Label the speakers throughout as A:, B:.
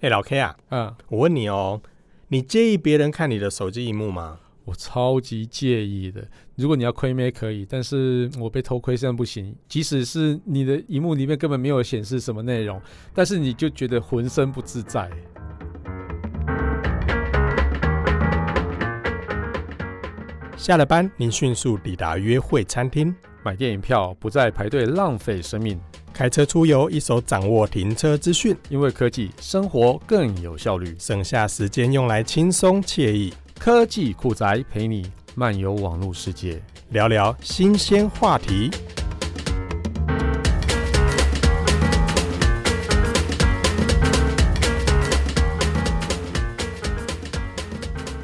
A: 哎、老 K 啊，
B: 嗯，
A: 我问你哦，你介意别人看你的手机荧幕吗？
B: 我超级介意的。如果你要窥妹可以，但是我被偷窥现在不行。即使是你的荧幕里面根本没有显示什么内容，但是你就觉得浑身不自在。
A: 下了班，您迅速抵达约会餐厅，
B: 买电影票不再排队浪费生命，
A: 开车出游，一手掌握停车资讯，
B: 因为科技生活更有效率。
A: 省下时间用来轻松惬意，
B: 科技酷宅陪你漫游网络世界。
A: 聊聊新鲜话题。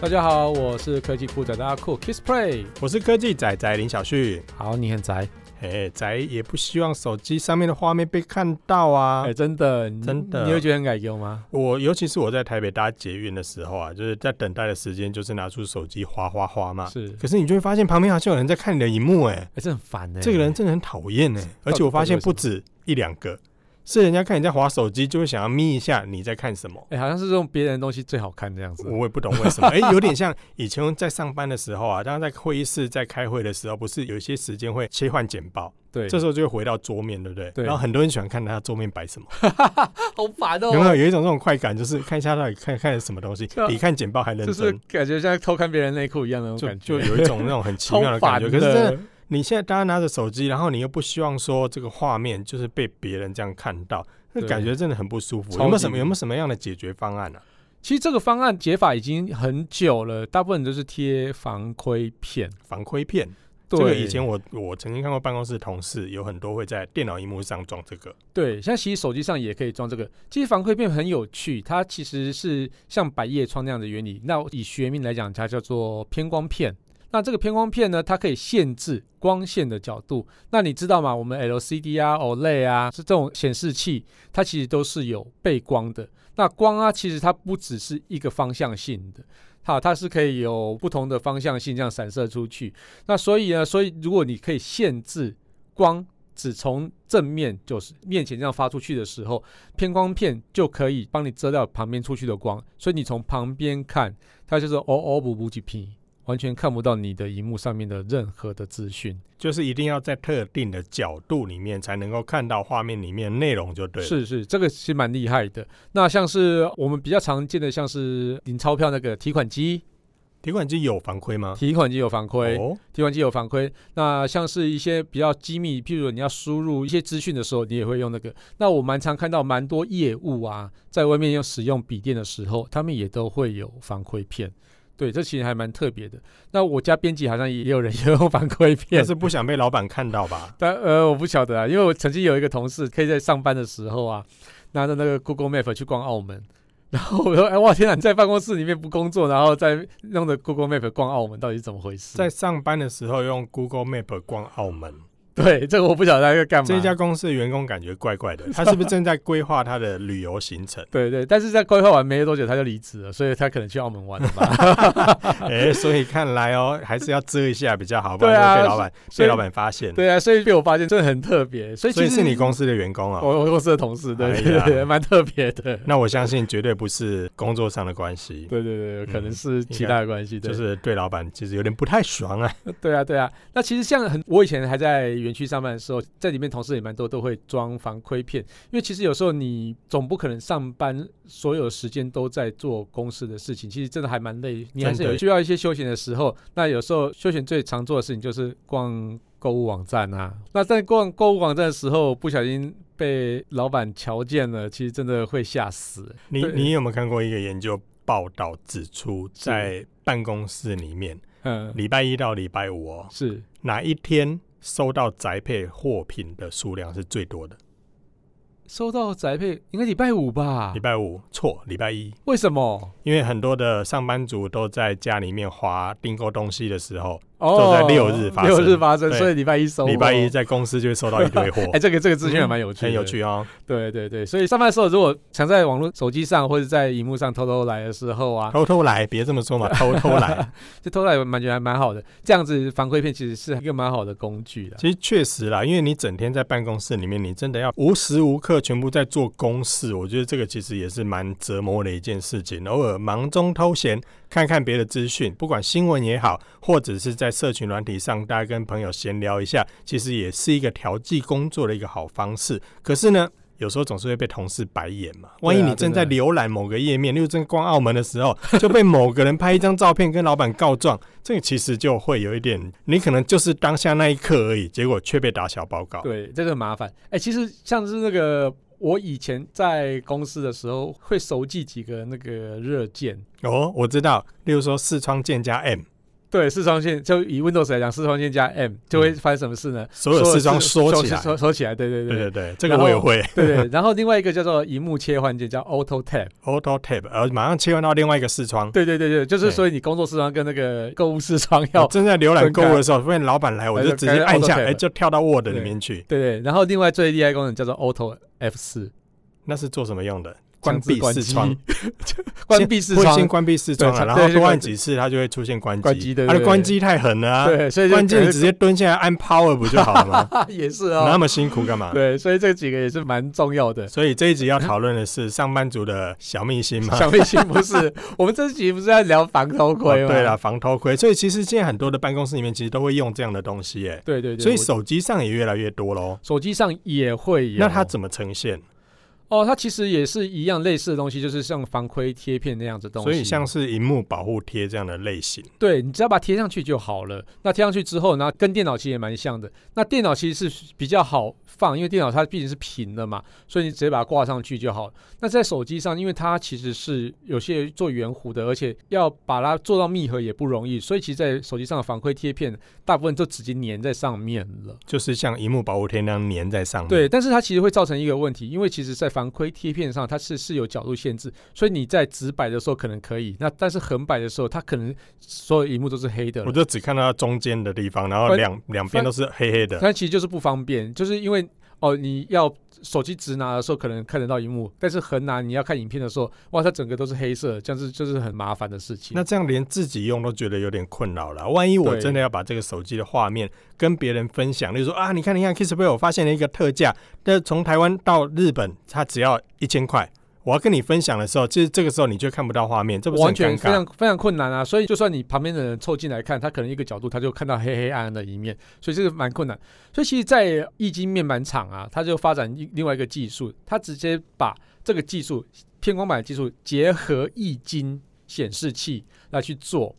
B: 大家好，我是科技酷宅的阿酷 Kiss Play。
A: 我是科技仔仔林小旭，
B: 好，你很宅，
A: 哎，仔也不希望手机上面的画面被看到啊。
B: 哎、真的，你
A: 真的
B: 你会觉得很改优吗？
A: 我尤其是我在台北搭捷运的时候啊，就是在等待的时间，就是拿出手机划划划嘛。
B: 是，
A: 可是你就会发现旁边好像有人在看你的荧幕、哎，
B: 哎、这很烦呢、
A: 这个人真的很讨厌哎。而且我发现不止一两个，是人家看你在划手机，就会想要眯一下你在看什么。
B: 哎、好像是用别人的东西最好看这样子。
A: 我也不懂为什 么，哎、有点像以前在上班的时候啊，当然在会议室在开会的时候，不是有一些时间会切换简报，
B: 对，
A: 这时候就会回到桌面，对不对？
B: 对
A: 然后很多人喜欢看他桌面摆什么，
B: 好烦哦
A: 有没有有一种这种快感，就是看一下到底看看了什么东西
B: 就，
A: 比看简报还认
B: 就是
A: 真。
B: 感觉像偷看别人内裤一样的那种
A: 就
B: 感
A: 就
B: 觉，
A: 有一种那种很奇
B: 超
A: 妙的感
B: 烦
A: 觉。可是真的，你现在大家拿着手机，然后你又不希望说这个画面就是被别人这样看到，那
B: 对
A: 感觉真的很不舒服。有
B: 超
A: 没有什
B: 级
A: 么有没有什么样的解决方案呢、啊？
B: 其实这个方案解法已经很久了，大部分都是贴防窥片。
A: 防窥片，这
B: 对，
A: 个以前我我曾经看过办公室同事有很多会在电脑荧幕上装这个，
B: 对，像其实手机上也可以装这个。其实防窥片很有趣，它其实是像百叶窗那样的原理。那以学名来讲，它叫做偏光片。那这个偏光片呢，它可以限制光线的角度。那你知道吗？我们 LCD 啊、OLED 啊，是这种显示器，它其实都是有背光的。那光啊，其实它不只是一个方向性的，好，它是可以有不同的方向性这样散射出去。那所以呢，所以如果你可以限制光只从正面就是面前这样发出去的时候，偏光片就可以帮你遮掉旁边出去的光，所以你从旁边看，它就是哦哦不不几屏，完全看不到你的荧幕上面的任何的资讯。
A: 就是一定要在特定的角度里面才能够看到画面里面的内容，就对了。
B: 是是，这个是蛮厉害的。那像是我们比较常见的，像是领钞票那个提款机，
A: 提款机有防窥吗？
B: 提款机有反馈，
A: 哦，
B: 提款机有反馈。那像是一些比较机密，譬如你要输入一些资讯的时候，你也会用那个。那我蛮常看到蛮多业务啊，在外面要使用笔电的时候，他们也都会有反馈片。对，这其实还蛮特别的。那我家编辑好像也有人也用反馈片
A: 但，是不想被老板看到吧？
B: 但呃，我不晓得啊，因为我曾经有一个同事，可以在上班的时候啊，拿着那个 Google Map 去逛澳门，然后我说，哎，哇，天哪，你在办公室里面不工作，然后在弄着 Google Map 逛澳门，到 底是怎么回事？
A: 在上班的时候用 Google Map 逛澳门，
B: 对，这个我不晓得他在干嘛。？
A: 这家公司的员工感觉怪怪的，他是不是正在规划他的旅游行程
B: 对对，但是在规划完没多久他就离职了，所以他可能去澳门玩了吧？
A: 哎、所以看来哦，还是要遮一下比较好，不
B: 对
A: 然
B: 啊
A: 就被老板
B: 所
A: 被
B: 以
A: 老板发现。
B: 对啊，所以被我发现真的很特别，所以
A: 所
B: 其
A: 以
B: 实哦
A: 是你公司的员工啊、
B: 我我公司的同事，对对
A: 哎呀
B: 对对，蛮特别的。
A: 那我相信绝对不是工作上的关系，
B: 对对对，可能是
A: 嗯该
B: 其他的关系，对
A: 就是对老板其实有点不太爽 啊。
B: 对啊，对啊。那其实像很，我以前还在园区上班的时候，在里面同事也蛮多都会装防窥片，因为其实有时候你总不可能上班所有时间都在做公司的事情，其实真的还蛮累，你还是
A: 真的
B: 有需要一些休闲的时候。那有时候休闲最常做的事情就是逛购物网站啊。那在逛购物网站的时候，不小心被老板瞧见了，其实真的会吓死。
A: 你
B: 对
A: 你有没有看过一个研究报道指出，在办公室里面，
B: 嗯，
A: 礼拜一到礼拜五哦，
B: 是
A: 哪一天收到宅配货品的数量是最多的？
B: 收到宅配，应该礼拜五吧
A: 礼？拜五错，礼拜一。
B: 为什么？
A: 因为很多的上班族都在家里面划订购东西的时候，都在六日发生
B: 哦六日发生，
A: 对
B: 所以礼拜一收货，，
A: 礼拜一在公司就会收到一堆货
B: 哎，这个这个资讯还
A: 嗯
B: 蛮有趣，
A: 很有。趣哦。
B: 对对对，所以上班的时候，如果想在网络、手机上或者在荧幕上偷偷来的时候 啊，
A: 偷偷来，别这么说嘛，偷偷来。
B: 这偷来蛮觉得还蛮好的。这样子防窥片其实是一个蛮好的工具的。
A: 其实确实啦，因为你整天在办公室里面，你真的要无时无刻全部在做公事，我觉得这个其实也是蛮折磨的一件事情。偶尔忙中偷闲，看看别的资讯，不管新闻也好，或者是在社群软体上，大家跟朋友闲聊一下，其实也是一个调剂工作的一个好方式。可是呢？有时候总是会被同事白眼嘛，万一你正在
B: 啊真的
A: 浏览某个页面，例如正逛澳门的时候，就被某个人拍一张照片跟老板告状，这个其实就会有一点，你可能就是当下那一刻而已，结果却被打小报告。
B: 对，这个很麻烦。哎，其实像是那个我以前在公司的时候，会熟记几个那个热键。
A: 哦，我知道，例如说视窗键加 M，
B: 对，视窗键就以 Windows 来讲，视窗键加 M 就会发生什么事呢？
A: 嗯所有视窗
B: 所
A: 缩
B: 有
A: 起来。
B: 收收起来。对对
A: 对对
B: 对
A: 对，这个
B: 然后
A: 我也会。
B: 对对。 然后另外一个叫做荧幕切换键，叫 Auto Tab。
A: Auto Tab，呃，马上切换到另外一个视窗。
B: 对对对对，就是
A: 对
B: 所以你工作视窗跟那个购物视窗
A: 我
B: 要
A: 正在浏览
B: 分
A: 购
B: 开
A: 物的时候，发现老板来，我
B: 哎
A: 就
B: 就
A: 直
B: 改
A: 接
B: 成
A: 按
B: Auto
A: 下，
B: Tab
A: 哎，就跳到 Word
B: 对
A: 里面去。
B: 对对，然后另外最厉害的功能叫做 Auto F 四，
A: 那是做什么用的？关
B: 强制
A: 闭视
B: 机
A: 窗，，
B: 关闭视
A: 会先
B: 窗，
A: 关闭视窗啊，
B: 对
A: 然
B: 对
A: 后
B: 就
A: 多按
B: 关
A: 几次，它就会出现关机。
B: 关机对对
A: 它的
B: 对
A: 关机太狠了啊！
B: 对，所以就
A: 关键
B: 感
A: 你
B: 觉
A: 直接蹲下来按 Power 不就好了 吗？
B: 也是
A: 那
B: 啊、
A: 么辛苦干嘛？
B: 对，所以这几个也是蛮重要的。
A: 所以这一集要讨论的是上班族的小秘辛嘛？
B: 小卫星 不是，我们这集不是在聊防偷窥
A: 哦
B: 吗？
A: 对了，，防偷窥。所以其实现在很多的办公室里面其实都会用这样的东西耶，
B: 对对对，
A: 所以
B: 我
A: 手机上也越来越多喽。
B: 手机上也会有。
A: 那它怎么呈现？
B: 哦，它其实也是一样类似的东西，就是像防窥贴片那样子的东西。
A: 所以像是荧幕保护贴这样的类型，
B: 对你只要把它贴上去就好了。那贴上去之后，然后跟电脑其实也蛮像的。那电脑其实是比较好放，因为电脑它毕竟是平的嘛，所以你直接把它挂上去就好了。那在手机上，因为它其实是有些做圆弧的，而且要把它做到密合也不容易，所以其实在手机上的反馈贴片大部分都直接粘在上面了。
A: 就是像荧幕保护贴那样粘在上面。
B: 对，但是它其实会造成一个问题，因为其实，在防窥贴片上它是是有角度限制，所以你在直摆的时候可能可以，那但是横摆的时候，它可能所有荧幕都是黑的了
A: 我。就只看到它中间的地方，然后
B: 翻
A: 两两边都是黑黑的。
B: 但其实就是不方便，就是因为哦，你要手机直拿的时候可能看得到荧幕，但是横拿你要看影片的时候，哇，它整个都是黑色，这样子就是很麻烦的事情。
A: 那这样连自己用都觉得有点困扰了。万一我
B: 对
A: 真的要把这个手机的画面跟别人分享，例如说啊，你看你看 Kissplay，我发现了一个特价，但从台湾到日本，它只要一千块。我要跟你分享的时候，其实这个时候你就看不到画面，这不是
B: 完
A: 很尴
B: 全非
A: 尬？
B: 常非常困难啊！所以就算你旁边的人凑近来看，他可能一个角度他就看到黑黑暗暗的一面，所以这个蛮困难。所以其实，在易经面板厂啊，它就发展一另外一个技术，它直接把这个技术偏光板的技术结合易经显示器来去做。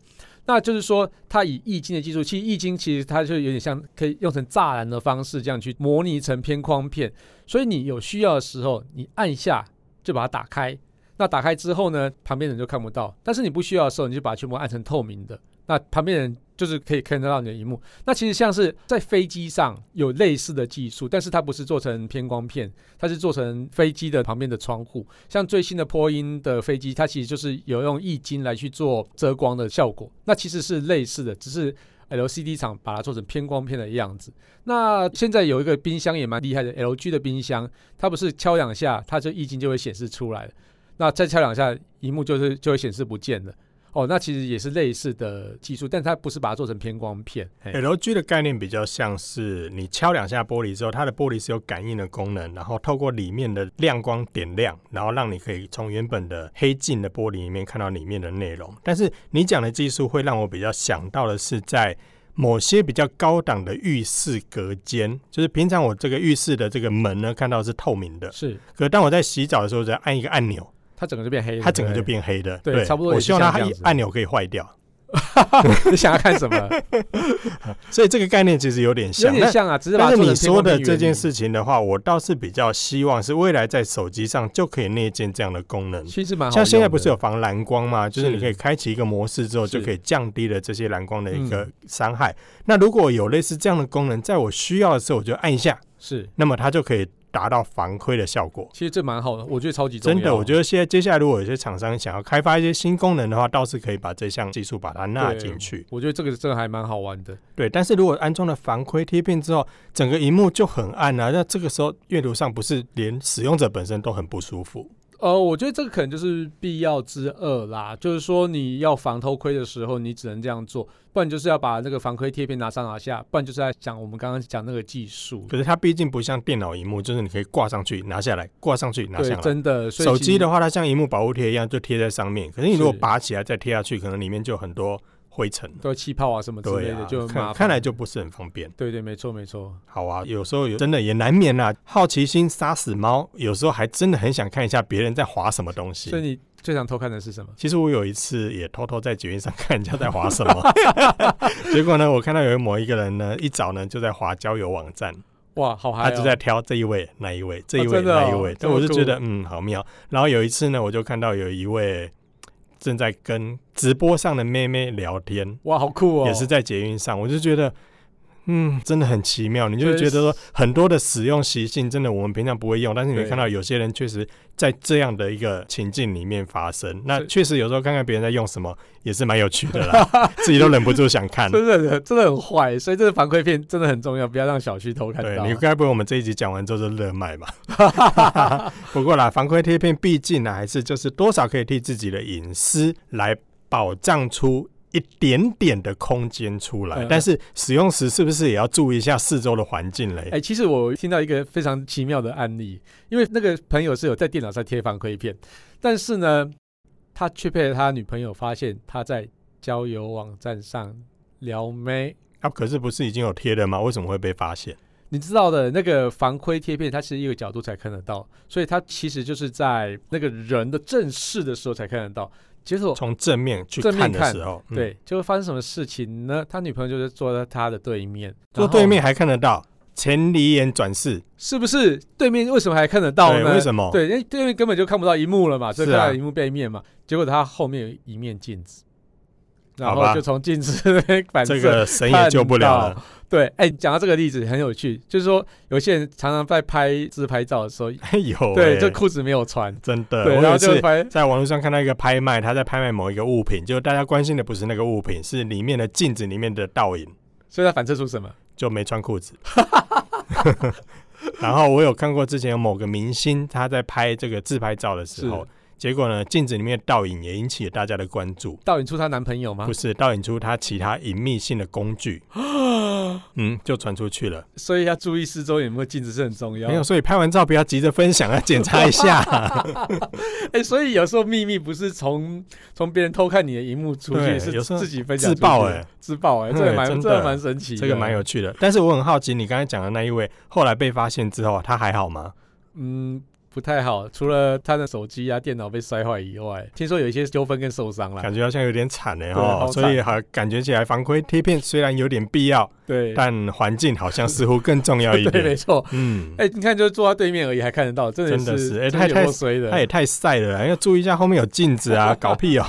B: 那就是说，它以易经的技术，其实易经其实它就有点像可以用成栅栏的方式这样去模拟成偏光片，所以你有需要的时候，你按下就把它打开，那打开之后呢，旁边人就看不到，但是你不需要的时候，你就把它全部按成透明的，那旁边人就是可以看得到你的荧幕。那其实像是在飞机上有类似的技术，但是它不是做成偏光片，它是做成飞机的旁边的窗户。像最新的波音的飞机，它其实就是有用液晶来去做遮光的效果，那其实是类似的，只是。LCD 厂把它做成偏光片的样子。那现在有一个冰箱也蛮厉害的，LG 的冰箱，它不是敲两下，它就液晶就会显示出来了。那再敲两下，荧幕就是就会显示不见了。哦，那其实也是类似的技术，但它不是把它做成偏光片。嘿
A: LG 的概念比较像是你敲两下玻璃之后，它的玻璃是有感应的功能，然后透过里面的亮光点亮，然后让你可以从原本的黑镜的玻璃里面看到里面的内容。但是你讲的技术会让我比较想到的是在。某些比较高档的浴室隔间，就是平常我这个浴室的这个门呢，看到是透明的。
B: 是，
A: 可当我在洗澡的时候，只要按一个按钮，
B: 它整个就变黑了，
A: 它整个
B: 对
A: 就
B: 不对。
A: 变黑的。
B: 对差不多
A: 我
B: 也是
A: 希望
B: 像
A: 它
B: 这样
A: 一
B: 子
A: 按钮可以坏掉，
B: 你想要 看什么？
A: 所以这个概念其实有点
B: 有
A: 像。
B: 点像啊，只是
A: 但
B: 把它
A: 是
B: 做
A: 你
B: 成偏
A: 说
B: 光片
A: 的这
B: 原
A: 件
B: 理，
A: 事情的话，我倒是比较希望是未来在手机上就可以内建这样的功能。
B: 其实蛮好
A: 像现在
B: 用
A: 不是
B: 的
A: 有防蓝光吗？就是你可以开启一个模式之后，
B: 是嗯
A: 就可以降低了这些蓝光的一个伤害。那如果有类似这样的功能，在我需要的时候我就按一下，
B: 是
A: 那么它就可以达到防窥的效果。
B: 其实这蛮好的，我觉得超级重要。
A: 真的，我觉
B: 得
A: 得现在接下来如果有些厂商想要开发一些新功能的话，倒是可以把这项技术把它纳进去。
B: 我觉得这个真的还蛮好玩的。
A: 对，但是如果安装了防窥贴片之后，整个荧幕就很暗啊，那这个时候阅读上不是连使用者本身都很不舒服？
B: 呃，我觉得这个可能就是必要之二啦，就是说你要防偷窥的时候，你只能这样做，不然就是要把那个防窥贴片拿上拿下，不然就是在讲我们刚刚讲那个技术。
A: 可是它毕竟不像电脑荧幕，就是你可以挂上去拿下来，挂上去拿
B: 对
A: 下，来。
B: 真的，所以
A: 手
B: 其
A: 机
B: 实
A: 的话，它像荧幕保护贴一样，就贴在上面。可是你如果
B: 是
A: 拔起来再贴下去，可能里面就有很多灰尘。
B: 都气泡啊什么之类
A: 对
B: 的，
A: 啊，
B: 就很麻
A: 看
B: 烦。
A: 看来就不是很方便。
B: 对对，没错没错。
A: 好啊，有时候有真的也难免啦，好奇心杀死猫，有时候还真的很想看一下别人在划什么东西
B: 所以。你最想偷看的是什么？
A: 其实我有一次也偷偷在捷运上看人家在划什 么，结果呢，我看到有某一个人呢，一早呢就在划交友网站，
B: 哇，好嗨、哦！
A: 他就在挑这一位、那一位、这一位、
B: 真的哦
A: 那一位，
B: 这
A: 但
B: 么
A: 我就觉
B: 酷
A: 得嗯好妙。然后有一次呢，我就看到有一位正在跟直播上的妹妹聊天，
B: 哇，好酷哦！
A: 也是在捷运上，我就觉得，嗯，真的很奇妙。你就会
B: 对
A: 觉得说，很多的使用习性，真的我们平常不会用，但是你会
B: 对
A: 看到有些人确实在这样的一个情境里面发生。那
B: 是
A: 确实有时候看看别人在用什么，也是蛮有趣的 啦，自己都忍不住想看。
B: 真的很真的很坏，所以这个反馈片真的很重要，不要让小区偷看
A: 对
B: 到。
A: 你该不会我们这一集讲完之后就热卖吧？ 不过啦，防窥贴片毕竟呢、还是就是多少可以替自己的隐私来保障出一点点的空间出来，
B: 嗯
A: 但是使用时是不是也要注意一下四周的环境嘞？
B: 哎、其实我听到一个非常奇妙的案例，因为那个朋友是有在电脑上贴反馈片，但是呢，他却被他女朋友发现他在交友网站上撩妹。
A: 啊，可是不是已经有贴了吗？为什么会被发现？
B: 你知道的，那个防窥贴片，它是一个角度才看得到，所以它其实就是在那个人的正视的时候才看得到。结果
A: 从正面去
B: 正面
A: 看的
B: 看
A: 时候，嗯，
B: 对，就会发生什么事情呢？他女朋友就是坐在他的对面，
A: 坐
B: 然后
A: 对面还看得到，前离眼转视，
B: 是不是？对面为什么还看得到
A: 对，
B: 呢？
A: 为什么？
B: 对，因为对面根本就看不到荧幕了嘛，就是看
A: 啊
B: 到荧幕背面嘛。结果他后面有一面镜子，然
A: 好吧
B: 后就从镜子那边反射。
A: 这个神也救不了了。
B: 对，哎、讲到这个例子很有趣，就是说有些人常常在拍自拍照的时候，
A: 哎呦喂，
B: 对，这裤子没有穿，
A: 真的，
B: 对，
A: 呃我
B: 然
A: 有
B: 后
A: 一次
B: 就拍，
A: 在网络上看到一个拍卖，他在拍卖某一个物品，就大家关心的不是那个物品，是里面的镜子里面的倒影，
B: 所以他反射出什么？
A: 就没穿裤子。 然后我有看过之前有某个明星他在拍这个自拍照的时候
B: 是，
A: 结果呢，镜子里面的倒影也引起了大家的关注。
B: 倒影出她男朋友吗
A: 不？是倒影出他其他隐秘性的工 具，嗯，就传出去了。
B: 所以要注意四周有没有镜子是很重要。
A: 没有，，所以拍完照不要急着分享，要啊检查一 下。
B: 哎、所以有时候秘密不是从从别人偷看你的荧幕出
A: 对
B: 去，是
A: 有时候
B: 自己分享
A: 自爆
B: 哎、
A: 哎
B: 自爆哎、
A: 嗯
B: 这个蛮
A: 真的
B: 这个蛮神奇的，
A: 这个蛮有趣的。但是我很好奇，你刚才讲的那一位，后来被发现之后，他还好吗？
B: 嗯，不太好。除了他的手机啊、电脑被摔坏以外，听说有一些纠纷跟受伤啦。
A: 感觉好像有点惨哎
B: 对
A: 哦，
B: 好
A: 所以好感觉起来防窥贴片虽然有点必要，
B: 对，
A: 但环境好像似乎更重要一
B: 对，没
A: 点。
B: 错。
A: 嗯，
B: 哎、你看，就坐在对面而已，还看得到，真的
A: 真的是哎
B: 是，
A: 太
B: 太
A: 太
B: 太衰的。
A: 他也太晒了啦，啊要注意一下后面有镜子 啊，搞屁哦。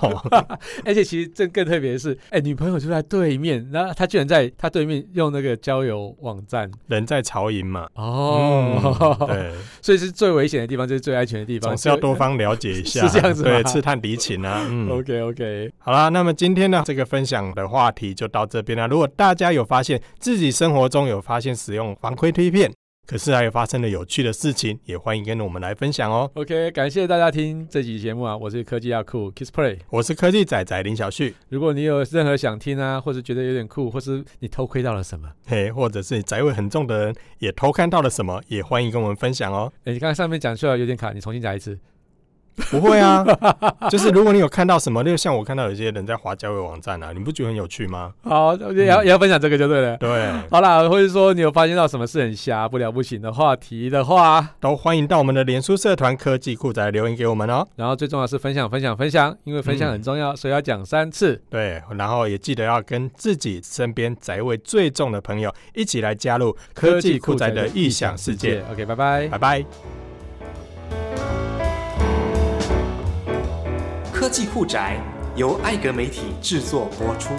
B: 而且其实这更特别的是，哎、女朋友就在对面，然后他居然在他对面用那个交友网站
A: 人在曹营嘛。
B: 哦，
A: 嗯 对，
B: 所以是最危险的地方，就是最安全的地方，
A: 总是要
B: 就
A: 多。方了解一下，
B: 是这样子吗
A: 对，刺探敌情啊。嗯，
B: OK OK，
A: 好啦，那么今天呢，这个分享的话题就到这边了。如果大家有发现自己生活中有发现使用防窥贴片，可是啊还有发生了有趣的事情，也欢迎跟我们来分享哦。
B: OK，感谢大家听这期节目啊！我是科技亚酷 Kiss Play。
A: 我是科技仔仔林小旭，
B: 如果你有任何想听啊，或是觉得有点酷，或是你偷窥到了什么，
A: 嘿，或者是宅味很重的人也偷看到了什么，也欢迎跟我们分享哦。
B: 哎、你刚才上面讲出来有点卡，你重新讲一次。
A: 不会啊， 就是如果你有看到什么，就像我看到有些人在划交友网站啊，你不觉得很有趣吗？
B: 好，
A: 嗯
B: 也要、也要分享这个就对了。
A: 对，
B: 好啦，或者说你有发现到什么事很瞎不了不行的话题的话，
A: 都欢迎到我们的脸书社团科技酷宅留言给我们哦。
B: 然后最重要的是分享分享分享，因为分享
A: 嗯
B: 很重要，所以要讲三次。
A: 对，然后也记得要跟自己身边宅味最重的朋友一起来加入科技酷宅的异想世界。。
B: OK，拜拜。
A: 拜拜。
C: 科技酷宅由艾格媒体制作播出。